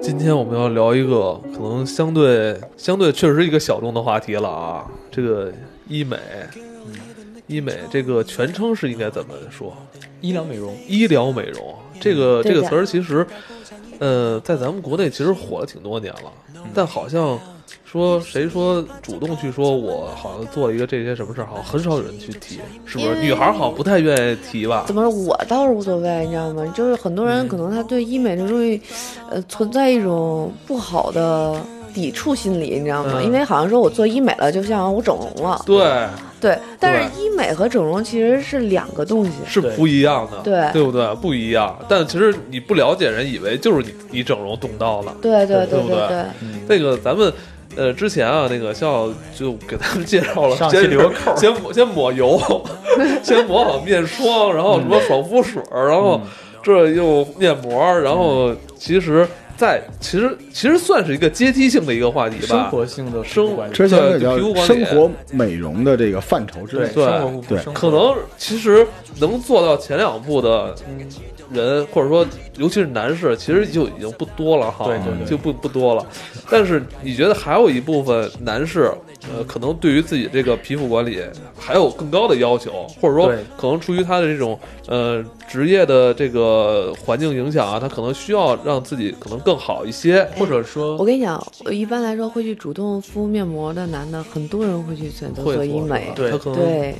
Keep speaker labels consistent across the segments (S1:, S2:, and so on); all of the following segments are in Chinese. S1: 今天我们要聊一个可能相对相对确实是一个小众的话题了啊，这个医美，嗯医美这个全称是应该怎么说？
S2: 医疗美容，
S1: 医疗美容这个这
S3: 嗯对
S1: 个
S3: 的
S1: 词儿其实，呃，在咱们国内其实火了挺多年了，
S3: 嗯
S1: 但好像说谁说主动去说我好像做了一个这些什么事儿，好像很少有人去提，是不是？
S3: 因为
S1: 女孩儿好像不太愿意提吧
S3: 怎？么说我倒是无所谓，你知道吗？就是很多
S1: 嗯
S3: 人可能他对医美这东西，呃，存在一种不好的抵触心理，你知道吗？
S1: 嗯
S3: 因为好像说我做医美了，就像我整容了，
S1: 对，
S3: 对。但是医美和整容其实是两个东西，
S1: 是
S2: 对
S1: 不一样的，
S3: 对
S1: 对不对？不一样。但其实你不了解人，以为就是你你整容动刀了。
S3: 对对
S1: 对
S3: 对
S1: 不对
S3: 对。
S2: 嗯，
S1: 那个咱们呃之前啊，那个笑就给咱们介绍了，
S2: 上期
S1: 先
S2: 留个扣儿
S1: 先抹先抹油， 先抹好面霜，然后什么
S2: 嗯
S1: 爽肤水，然后这又面膜，然
S2: 嗯
S1: 后其实在其实其实算是一个阶梯性的一个话题
S2: 生
S1: 吧。
S2: 活性的
S1: 生
S2: 活，
S1: 这
S4: 这相对
S1: 对
S4: 叫
S1: 皮肤管理
S4: 生活美容的这个范畴之
S2: 对
S4: 内。
S1: 对
S2: 生活护肤，
S4: 对
S2: 生活
S1: 可能其实能做到前两步的嗯人，或者说尤其是男士，其实就已经不多了哈，
S2: 对对对
S1: 就不不多了。但是你觉得还有一部分男士，呃，可能对于自己这个皮肤管理还有更高的要求，或者说
S2: 对
S1: 可能出于他的这种呃职业的这个环境影响啊，他可能需要让自己可能更好一些。
S2: 或者
S3: 我
S2: 说
S3: 跟你讲，我一般来说会去主动敷面膜的男的，很多人会去选择
S1: 会
S3: 做医美。
S1: 他可能
S3: 对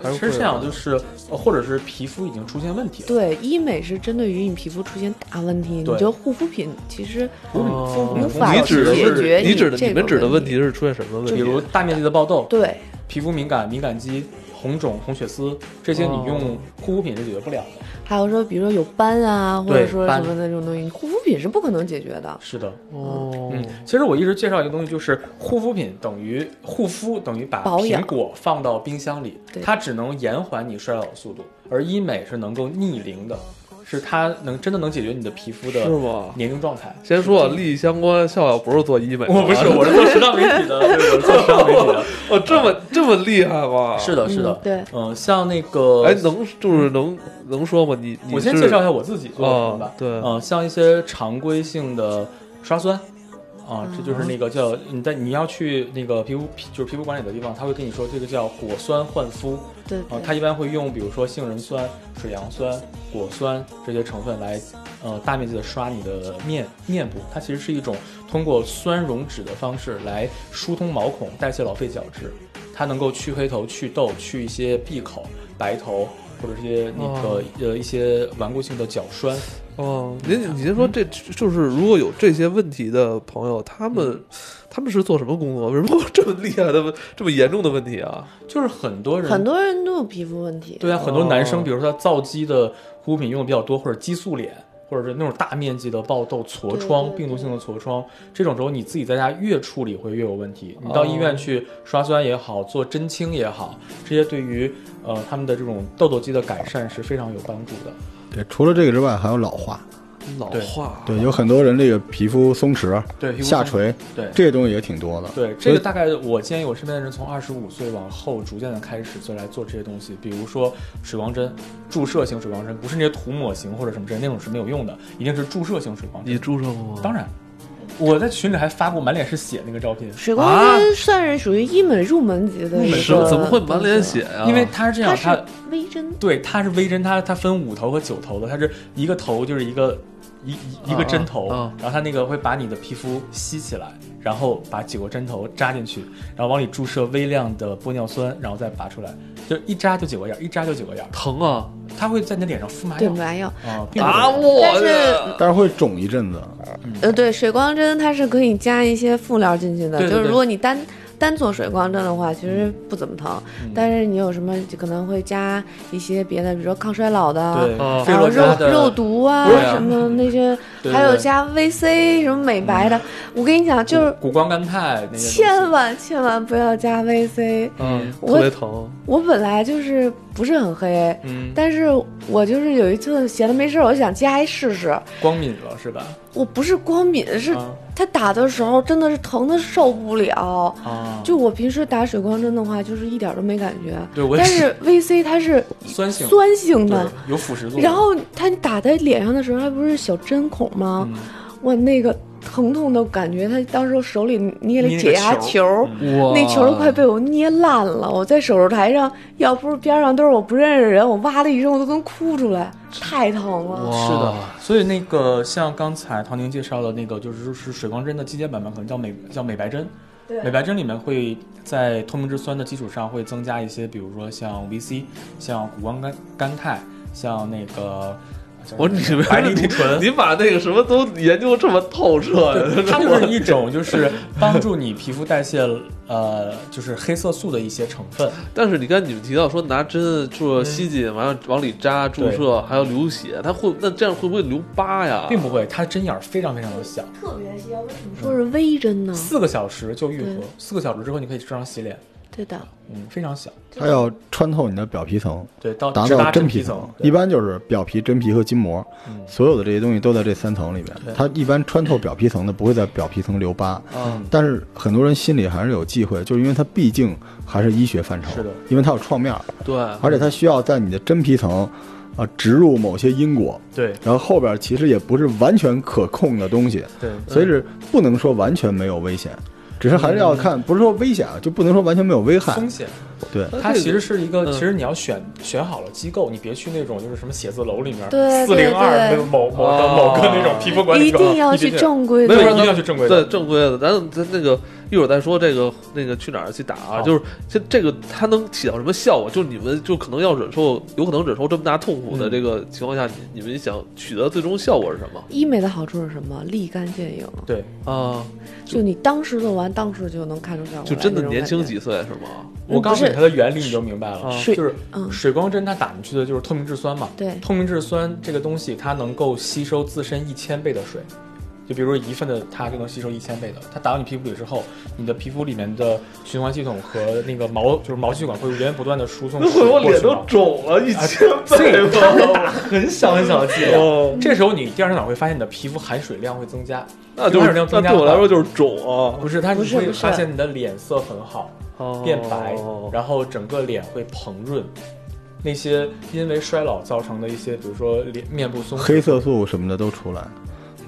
S1: 还是
S2: 其实
S1: 会
S2: 这样就是，呃或者是皮肤已经出现问题了，
S3: 对，医美是针对于你皮肤出现大问题，你
S2: 对
S3: 就护肤品其实
S1: 哦
S3: 无法
S1: 你指的
S3: 解
S1: 是
S3: 决
S1: 你指
S3: 你
S1: 的
S3: 这
S1: 你们
S3: 个
S1: 指的问
S3: 问
S1: 题
S3: 题
S1: 是出现什么问题？啊
S2: 比如大面积的爆痘、
S3: 对
S2: 皮肤敏感、敏感肌、红肿、红血丝，这些
S1: 哦
S2: 你用护肤品是解决不了的。
S3: 还有说，比如说有斑啊，或者
S2: 对
S3: 说
S2: 斑
S3: 什么那种东西，你护肤品是不可能解决的。
S2: 是的，
S1: 哦，
S2: 嗯，其实我一直介绍一个东西，就是护肤品等于护肤等于把
S3: 保
S2: 苹
S3: 养
S2: 果放到冰箱里
S3: 对，
S2: 它只能延缓你衰老的速度，而医美是能够逆龄的，是它能真的能解决你的皮肤
S1: 是
S2: 的
S1: 吗？
S2: 年龄状态。
S1: 先说啊利益相关，笑笑不是做医美的，啊
S2: 我不是，我是做时尚媒体的，对，我是做时尚媒体的。
S1: 哦，这么这么厉害吗？
S2: 是，的，是的
S3: 嗯，对
S2: 嗯，像那个，
S1: 哎，能就是能能说吗？你你
S2: 我先
S1: 是
S2: 介绍一下我自己做的什么吧
S1: 哦。对
S2: 嗯，像一些常规性的刷酸。啊，这就是那个叫你在你要去那个皮肤皮就是皮肤管理的地方，他会跟你说这个叫果酸焕肤
S3: 对
S2: 啊
S3: 对，
S2: 它一般会用比如说杏仁酸、水杨酸、果酸这些成分来，呃，大面积的刷你的面面部。它其实是一种通过酸溶脂的方式来疏通毛孔、代谢老废角质，它能够去黑头、去痘、去一些闭口、白头或者是一些那个、
S1: 哦
S2: 呃一些顽固性的角栓。
S1: 哦，您你先说这就是如果有这些问题的朋友，他
S2: 嗯
S1: 们他们是做什么工作？为什么有这么厉害的问这么严重的问题啊？
S2: 就是很多人
S3: 很多人都有皮肤问题。
S2: 对啊，很多男
S1: 哦
S2: 生，比如说他皂基的护肤品用的比较多，或者激素脸，或者是那种大面积的爆痘、痤疮、
S3: 对对
S2: 病毒性的痤疮，这种时候你自己在家越处理会越有问题。你到医
S3: 哦
S2: 院去刷酸也好，做针清也好，这些对于呃他们的这种痘痘肌的改善是非常有帮助的。
S4: 对，除了这个之外，还有老化。
S1: 老
S2: 对
S1: 化，
S4: 对，有很多人这个皮肤松弛、
S2: 对，皮肤
S4: 下
S2: 松
S4: 垂，
S2: 对
S4: 这些东西也挺多的。
S2: 对，这个大概我建议我身边的人从二十五岁往后逐渐的开始就来做这些东西，比如说水光针，注射型水光针，不是那些涂抹型或者什么之类那种是没有用的，一定是注射型水光针。
S1: 你注射过吗？
S2: 当然，我在群里还发过满脸是血那个照片，
S3: 水光针算是属于医美入门级的一个
S1: 是吗怎么会满脸血？啊呀？
S2: 因为它是这
S3: 它
S2: 哎样，它
S3: 哦是微针，
S2: 对它是微针，它它分五头和九头的，它是一个头就是一个一一一个针头，
S1: 啊啊
S2: 然后它那个会把你的皮肤吸起来，然后把九个针头扎进去，然后往里注射微量的玻尿酸，然后再拔出来，就一扎就九个眼儿，一扎就九个眼儿，
S1: 疼啊
S2: 它会在你的脸上敷麻
S3: 对
S2: 药
S3: 麻药。
S2: 啊，并不
S1: 啊！
S2: 会
S1: 我
S3: 但是
S1: 的
S4: 但是会肿一阵子，
S3: 呃，对，水光针它是可以加一些辅料进去的，
S2: 对对
S3: 就是
S2: 对
S3: 如果你单单做水光针的话，其实不怎么疼，
S2: 嗯
S3: 但是你有什么就可能会加一些别的，比如说抗衰老的。
S1: 啊
S2: 对，费
S3: 然
S2: 洛
S3: 后哦肉
S2: 嘉的
S3: 肉毒啊
S2: 对，啊
S3: 什么那些，
S2: 对对嗯
S3: 还有
S2: 对
S3: 加 VC 什么美白的，我跟你讲，就是
S2: 谷胱甘肽那些东西，
S3: 千万千万不要加 VC。
S1: 嗯，
S3: 我
S1: 特别疼，
S3: 我本来就是不是很黑，
S2: 嗯，
S3: 但是我就是有一次闲的没事儿，我就想加一试试。
S2: 光敏了是吧？
S3: 我不是光敏，是
S2: 啊
S3: 它打的时候真的是疼的受不了。
S1: 哦
S2: 啊，
S3: 就我平时打水光针的话，就是一点儿都没感觉。
S2: 对我也
S3: 但是 VC 它是
S2: 酸性
S3: 酸性的，
S2: 对有腐蚀作用，
S3: 然后它打在脸上的时候，它不是小针孔吗？
S2: 嗯
S3: 我那个疼痛的感觉，他当时手里捏了
S2: 捏了
S3: 解
S2: 个
S3: 压
S2: 球嗯
S3: 球儿，
S1: 哇
S3: 那球儿都快被我捏烂了。我在手术台上，要不是边上都是我不认识的人，我哇的一声我都能哭出来，太疼了。
S1: 哇
S2: 是的，所以那个像刚才陶宁介绍的那个，就是是水光针的进阶版本，可能叫美叫美白针。
S3: 对
S2: 美白针里面会在透明质酸的基础上，会增加一些，比如说像 VC、像谷胱甘甘肽、像那个
S1: 我你们
S2: 白藜芦醇。
S1: 你把那个什么都研究这么透彻
S2: 对
S1: 呀，
S2: 它就是一种就是帮助你皮肤代谢呃就是黑色素的一些成分。
S1: 但是你刚才你们提到说拿针做吸紧，完了往里扎注射，还要流血，它会那这样会不会留疤呀？
S2: 并不会，它针眼儿非常非常的小，
S3: 特别细，要为什么说是微针呢？
S2: 四个小时就愈合
S3: 嗯对，
S2: 四个小时之后你可以正常洗脸，
S3: 对的，
S2: 嗯，非常小，
S4: 它要穿透你的表皮层，
S2: 对，到
S4: 达
S2: 哦直达
S4: 到真
S2: 皮
S4: 皮
S2: 层
S4: 层，，
S2: 对
S4: 一般就是表皮、真皮和筋膜，
S2: 嗯
S4: 所有的这些东西都在这三层里边
S2: 对。哦
S4: 它一般穿透表皮层的，不会在表皮层留疤。
S1: 啊，
S2: 嗯
S4: 但是很多人心里还是有忌讳，就是因为它毕竟还是医学范畴，
S2: 是的
S4: 因为它有创面儿，
S1: 对，
S4: 而且它需要在你的真皮层，啊，植入某些因果，
S2: 对
S4: 然后后边其实也不是完全可控的东西，
S2: 对，
S4: 所以是不能说完全没有危险，只是还是要
S2: 嗯
S4: 看，不是说危险啊，就不能说完全没有危害
S2: 风。险，
S4: 对，
S1: 那
S2: 它
S1: 这个
S2: 其实是一个，
S1: 嗯
S2: 其实你要选选好了机构，你别去那种就是什么写字楼里面，
S3: 对
S2: 四零二
S3: 对对
S2: 某某
S1: 哦
S2: 的某个那种皮肤管理
S3: 一
S2: 中心，
S3: 定要
S2: 你别
S3: 去正规
S1: 没
S3: 的
S1: 有没
S2: 对，一
S1: 有
S2: 定要去正规
S1: 对
S2: 的，
S1: 正规的，咱咱那个一会儿再说这个那个去哪儿去打啊，
S2: 好
S1: 就是这这个它能起到什么效果？就是你们就可能要忍受，有可能忍受这么大痛苦的
S2: 嗯
S1: 这个情况下，你你们想取得最终效果是什么
S3: 医美的好处是什么？立竿见影，
S2: 对，
S1: 啊？
S3: 就你当时做完，当时就能看出效果来。
S1: 就真的
S3: 这种
S1: 年轻
S3: 感觉
S1: 几岁嗯是吗？
S2: 我告诉
S3: 不
S2: 你
S3: 是
S2: 它的原理你就明白了
S1: 啊，
S3: 水
S2: 就是
S3: 嗯
S2: 水光针它打进去的就是透明质酸嘛，
S3: 对
S2: 透明质酸这个东西它能够吸收自身一千倍的水，就比如说一份的它就能吸收一千倍的，它打到你皮肤里之后，你的皮肤里面的循环系统和那个毛就是毛细管会源源不断的输送
S1: 那
S2: 水
S1: 会儿我
S2: 过
S1: 脸
S2: 去
S1: 都
S2: 嘛。
S1: 肿了一千
S2: 所
S1: 倍
S2: 以
S1: 了，
S2: 它会打很小很小的剂量，
S1: 哦，
S2: 这时候你第二天早上会发现你的皮肤含水量会增加，
S1: 那就是
S2: 含水量
S1: 那
S2: 增加
S1: 对
S2: 的
S1: 我
S2: 话
S1: 来说就是肿啊，
S2: 不是，它
S3: 不
S2: 是
S3: 是
S2: 会
S3: 不是
S2: 发现你的脸色很好，
S1: 哦
S2: 变白，然后整个脸会膨润。那些因为衰老造成的一些，比如说脸面部松弛
S4: 黑色素什么的都出来。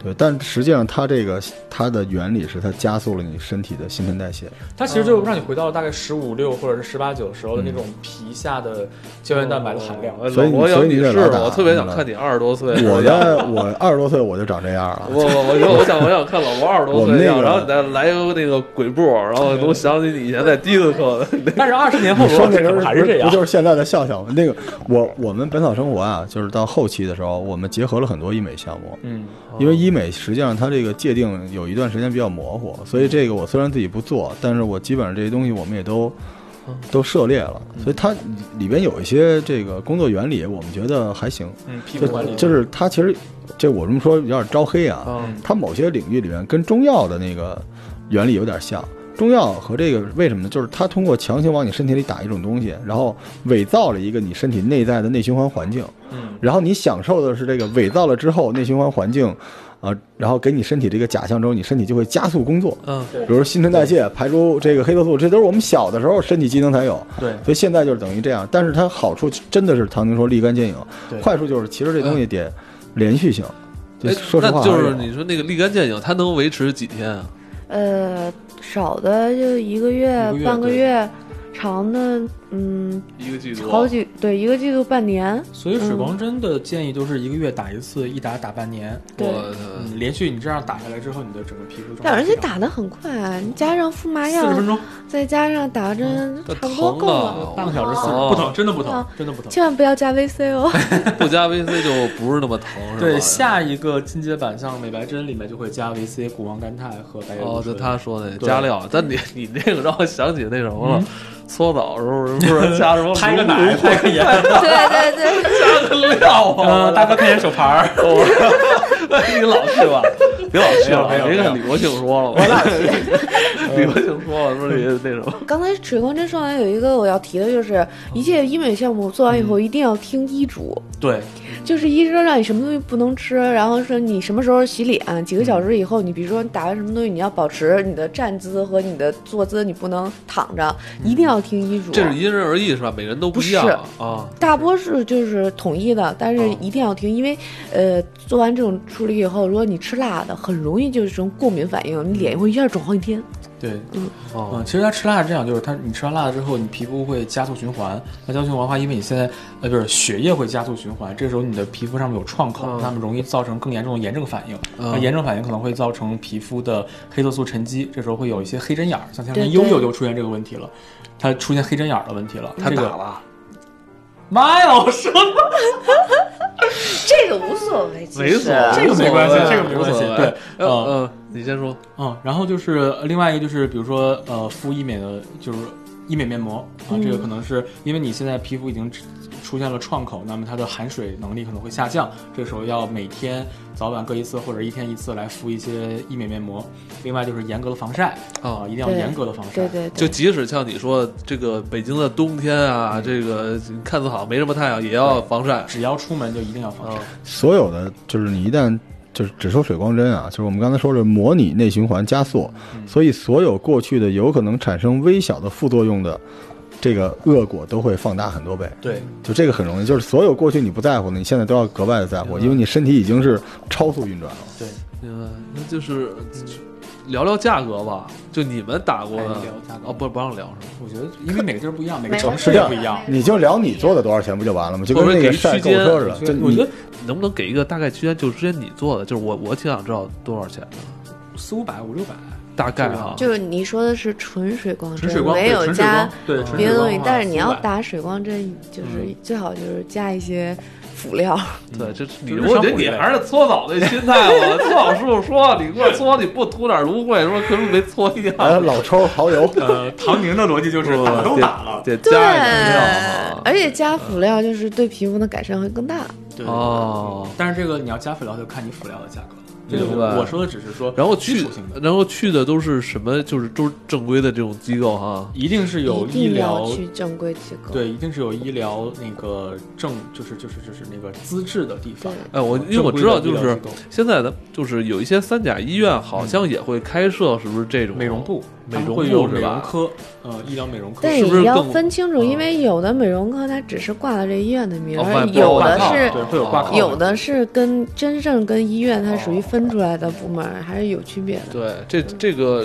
S4: 对，但实际上它这个它的原理是它加速了你身体的新陈代谢。
S2: 它其实就让你回到大概十五六或者是十八九时候的那种皮下的胶原蛋白的含量。
S1: 哎
S4: 所
S1: 老嗯
S4: 以你
S1: 罗要
S4: 所以你
S1: 你
S4: 得
S1: 是
S4: 来打
S1: 我特别想看你二十多岁的样子。
S4: 我在我二十多岁我就长这样了，
S1: 我我我我想我想看老罗二十多
S4: 我们
S1: 岁的
S4: 那
S1: 样子，
S4: 个
S1: 然后你再来一个哎那个鬼步，然后能想起你以前在迪斯科的那
S2: 但是二十年后
S4: 你
S2: 我
S4: 说
S2: 可
S4: 那个
S2: 能还是这样
S4: 不。就是现在的笑笑吗？那个我我们本草生活啊，就是到后期的时候，我们结合了很多医美项目，
S2: 嗯，
S4: 因为医美实际上它这个界定有一段时间比较模糊，所以这个我虽然自己不做，但是我基本上这些东西我们也都
S2: 嗯
S4: 都涉猎了，所以它里边有一些这个工作原理，我们觉得还行。
S2: 嗯，皮肤管理
S4: 就就是它其实这我这么说有点招黑啊，
S1: 啊
S2: 嗯
S4: 它某些领域里面跟中药的那个原理有点像。中药和这个为什么呢？就是它通过强行往你身体里打一种东西，然后伪造了一个你身体内在的内循环环境，
S2: 嗯，
S4: 然后你享受的是这个伪造了之后内循环环境，啊、然后给你身体这个假象之后，你身体就会加速工作，
S1: 嗯
S4: 比如说新陈代谢、排出这个黑色素，这都是我们小的时候身体机能才有。
S2: 嗯对
S4: 所以现在就是等于这样，但是它好处真的是唐宁说立竿见影
S2: 对，
S4: 坏处就是其实这东西得连续性，就
S1: 哎
S4: 说实
S1: 那
S4: 话还
S1: 就
S4: 有
S1: 是你说那个立竿见影，它能维持几天啊？
S3: 呃，少的就一个月
S2: 一个月
S3: 半个
S2: 对
S3: 月，长的嗯
S1: 一个季
S3: 好几对一个季度半年。
S2: 所以水光针的建议就是一个月打一次，一打打半年。
S3: 对
S1: 我
S2: 嗯，连续你这样打下来之后，你的整个皮肤状态
S3: 但而且
S2: 非常
S3: 打的很快啊，你加上敷麻
S2: 好四十
S3: 药
S2: 分，钟，嗯
S3: 再加上打针，
S1: 这
S3: 差不多够
S1: 疼啊
S3: 了。
S2: 半个小时四十，
S1: 哦
S2: 不疼，真的不疼
S3: 啊，
S2: 真的不疼。
S3: 千万不要加 VC 哦。
S1: 不加 VC 就不是那么疼，是吧？
S2: 对，下一个进阶版像美白针里面就会加维 C、谷胱甘肽和白藜芦
S1: 哦，就
S2: 醇。
S1: 他说的
S2: 对
S1: 加料，但你你那个让我想起那什么了
S2: 嗯，
S1: 搓澡的时候人不是加 什么
S2: 拍个
S1: 芦荟
S2: 奶，拍个眼，
S3: 对对对，
S1: 加个料啊哦
S2: 嗯，？大哥看眼手牌 儿。
S1: 你老去吧，别老去了，
S2: 没有没
S1: 别
S2: 有
S1: 看
S2: 没
S1: 李国庆说了吧，李国庆说了说这那什么。
S3: 刚才水光针说
S2: 嗯
S3: 完有一个我要提的就是，一切医美项目做完以后一定要听医嘱。
S2: 对，
S3: 就是一说让你什么东西不能吃，然后说你什么时候洗脸，几个小时以后，你比如说你打完什么东西，你要保持你的站姿和你的坐姿，你不能躺着，一定要听医嘱。
S1: 这是因人而异是吧？每人都不一样啊。
S3: 大多数就是统一的，但是
S1: 哦
S3: 一定要听，因为呃，做完这种处理以后，如果你吃辣的，很容易就是这种过敏反应，你脸会一下肿好几天。
S2: 对，
S1: 啊
S2: 嗯，其实它吃辣是这样，就是它你吃完辣了之后，你皮肤会加速循环。那加速循环的话，因为你现在呃不是血液会加速循环，这时候你的皮肤上面有创口，
S1: 嗯
S2: 那么容易造成更严重的炎症反应。
S1: 嗯
S2: 那炎症反应可能会造成皮肤的黑色素沉积，这时候会有一些黑针眼儿，像前
S3: 对
S2: 面
S3: 对
S2: 悠悠就出现这个问题了，它出现黑针眼儿的问题了。
S1: 他
S2: 这
S1: 打
S2: 个
S1: 了，
S2: 妈呀，我说
S3: 这个无所谓，其
S1: 猥
S3: 实
S1: 琐，
S2: 这个没关系这个没
S1: 无
S2: 关系
S1: 所谓
S2: 对
S1: 呃
S2: 嗯
S1: 呃，你先说，
S2: 嗯，然后就是呃另外一个就是，比如说呃，敷医美的就是医美面膜啊，这个可能是因为你现在皮肤已经出出现了创口，那么它的含水能力可能会下降，这时候要每天早晚各一次或者一天一次来敷一些医美面膜。另外就是严格的防晒
S1: 啊
S2: 啊，一定要
S3: 对
S2: 严格的防晒。
S3: 对对对，
S1: 就即使像你说这个北京的冬天啊，这个看似好像没什么太阳，也要防晒
S2: 只要出门就一定要防晒
S1: 啊。。
S4: 所有的就是你一旦就是只说水光针啊，就是我们刚才说的模拟内循环加速，
S2: 嗯
S4: 所以所有过去的有可能产生微小的副作用的这个恶果都会放大很多倍。
S2: 对，
S4: 就这个很容易，就是所有过去你不在乎的，你现在都要格外的在
S2: 嗯
S4: 乎，因为你身体已经是超速运转了。
S2: 对，
S1: 明白，那就是聊聊价格吧，就你们打过的
S2: 还聊价格
S1: 哦，不不让聊是吧？
S2: 我觉得因为每个地儿不一样，每
S3: 每
S2: 个城
S3: 个地
S2: 市
S4: 儿
S2: 也
S4: 不
S2: 不
S4: 一
S2: 一样。
S4: 你就聊你做的多少钱不就完了吗？就跟
S1: 或者
S4: 那
S1: 给
S4: 个
S1: 区
S4: 晒购
S1: 间
S4: 车似的，就
S2: 我
S4: 你
S2: 觉得
S1: 你能不能给一个大概区间？就是之前你做的，就是我我挺想知道多少钱的，
S2: 四五百、五六百，
S1: 大概哈。
S3: 就是你说的是纯水光针，
S2: 纯水光
S3: 没
S2: 对
S3: 有
S2: 纯水
S3: 加
S2: 光对纯水
S3: 别的
S2: 光
S3: 东西
S2: 话，
S3: 但是你要
S2: 400
S3: 打水光针，就是最好就是加一些辅料。
S1: 对，这你
S2: 就是
S1: 我觉
S2: 上
S1: 得
S2: 火
S1: 你
S2: 之类的
S1: 还是搓澡那心态吧。搓澡师傅说你给我搓，你不涂点芦荟，说跟没搓一样。
S2: 啊
S4: 哎，老抽蚝 油，
S2: 呃，唐宁的逻辑就是打都打了，
S1: 得
S3: 对，
S1: 加一个
S3: 而且加辅料就是对皮肤的改善会更大。
S2: 对
S1: 哦
S2: 但是这个你要加辅料就看你辅料的价格。这个
S1: 明白
S2: 我说的只是说，
S1: 然后
S2: 基
S1: 去
S2: 础性的，
S1: 然后去的都是什么？就是都是正规的这种机构哈。
S2: 一定是有
S3: 一
S2: 医
S3: 定
S2: 疗
S3: 要去正规机构。
S2: 对，一定是有医疗那个证，就是就是就是那个资质的地方。
S1: 哎，我因为我知道，就是现在的就是有一些三甲医院好像也会开设，是不是这种
S2: 美容？部，
S1: 美
S2: 他们
S1: 容
S2: 会有
S1: 部是
S2: 美容
S1: 吧
S2: 科，呃，医疗美容科。
S3: 但
S1: 是不是
S3: 也要
S1: 更
S3: 分清楚，
S1: 嗯
S3: 因为有的美容科它只是挂了这医院的名
S1: 哦外
S3: 儿，
S1: 包
S3: 有
S1: 外
S3: 的
S1: 包
S3: 是
S2: 对会有挂靠
S3: 有的是跟真正跟医院它是属于
S1: 哦
S3: 分出来的部门，还是有区别的。
S1: 对，这这个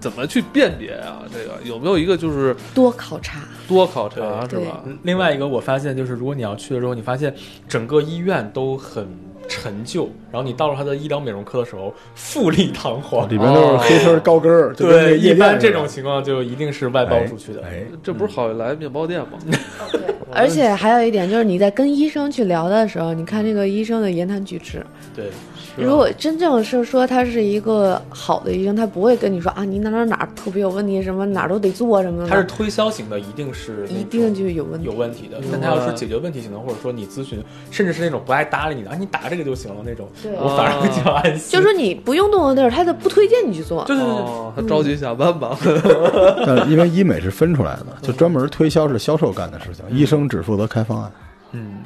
S1: 怎么去辨别啊？这个有没有一个就是
S3: 多考察，
S1: 多考察是
S3: 对
S1: 吧？
S2: 另外一个，我发现就是，如果你要去了之后，你发现整个医院都很陈旧，然后你到了他的医疗美容科的时候，富丽堂
S1: 哦
S2: 皇。
S4: 里边都是黑身高跟儿，就跟那
S2: 哦
S4: 个
S2: 对，
S4: 夜
S2: 一
S4: 店
S2: 般
S4: 似
S2: 这
S4: 的
S2: 种情况就一定是外包出去的。
S4: 哎，
S1: 这不是好来面包店吗？
S3: 嗯 而且还有一点就是你在跟医生去聊的时候，你看这个医生的言谈举止，
S2: 对，啊
S1: 是吧
S3: 如果真正是说他是一个好的医生，他不会跟你说啊，你哪哪哪儿特别有问题，什么哪儿都得做什么的，
S2: 它是推销型的，一定是那种
S3: 一定就有问题
S2: 有。问题的。但他要是解决问题型的，或者说你咨询，甚至是那种不爱搭理你的，啊，你打这个就行了那种，
S3: 对
S2: 我反而比较安心。
S3: 就说你不用动的地儿，他就不推荐你去做。
S2: 对对对对，
S1: 哦，他着急下班吧？
S4: 但是因为医美是分出来的，就专门推销是销售干的事情，医生只负责开方案。
S2: 嗯，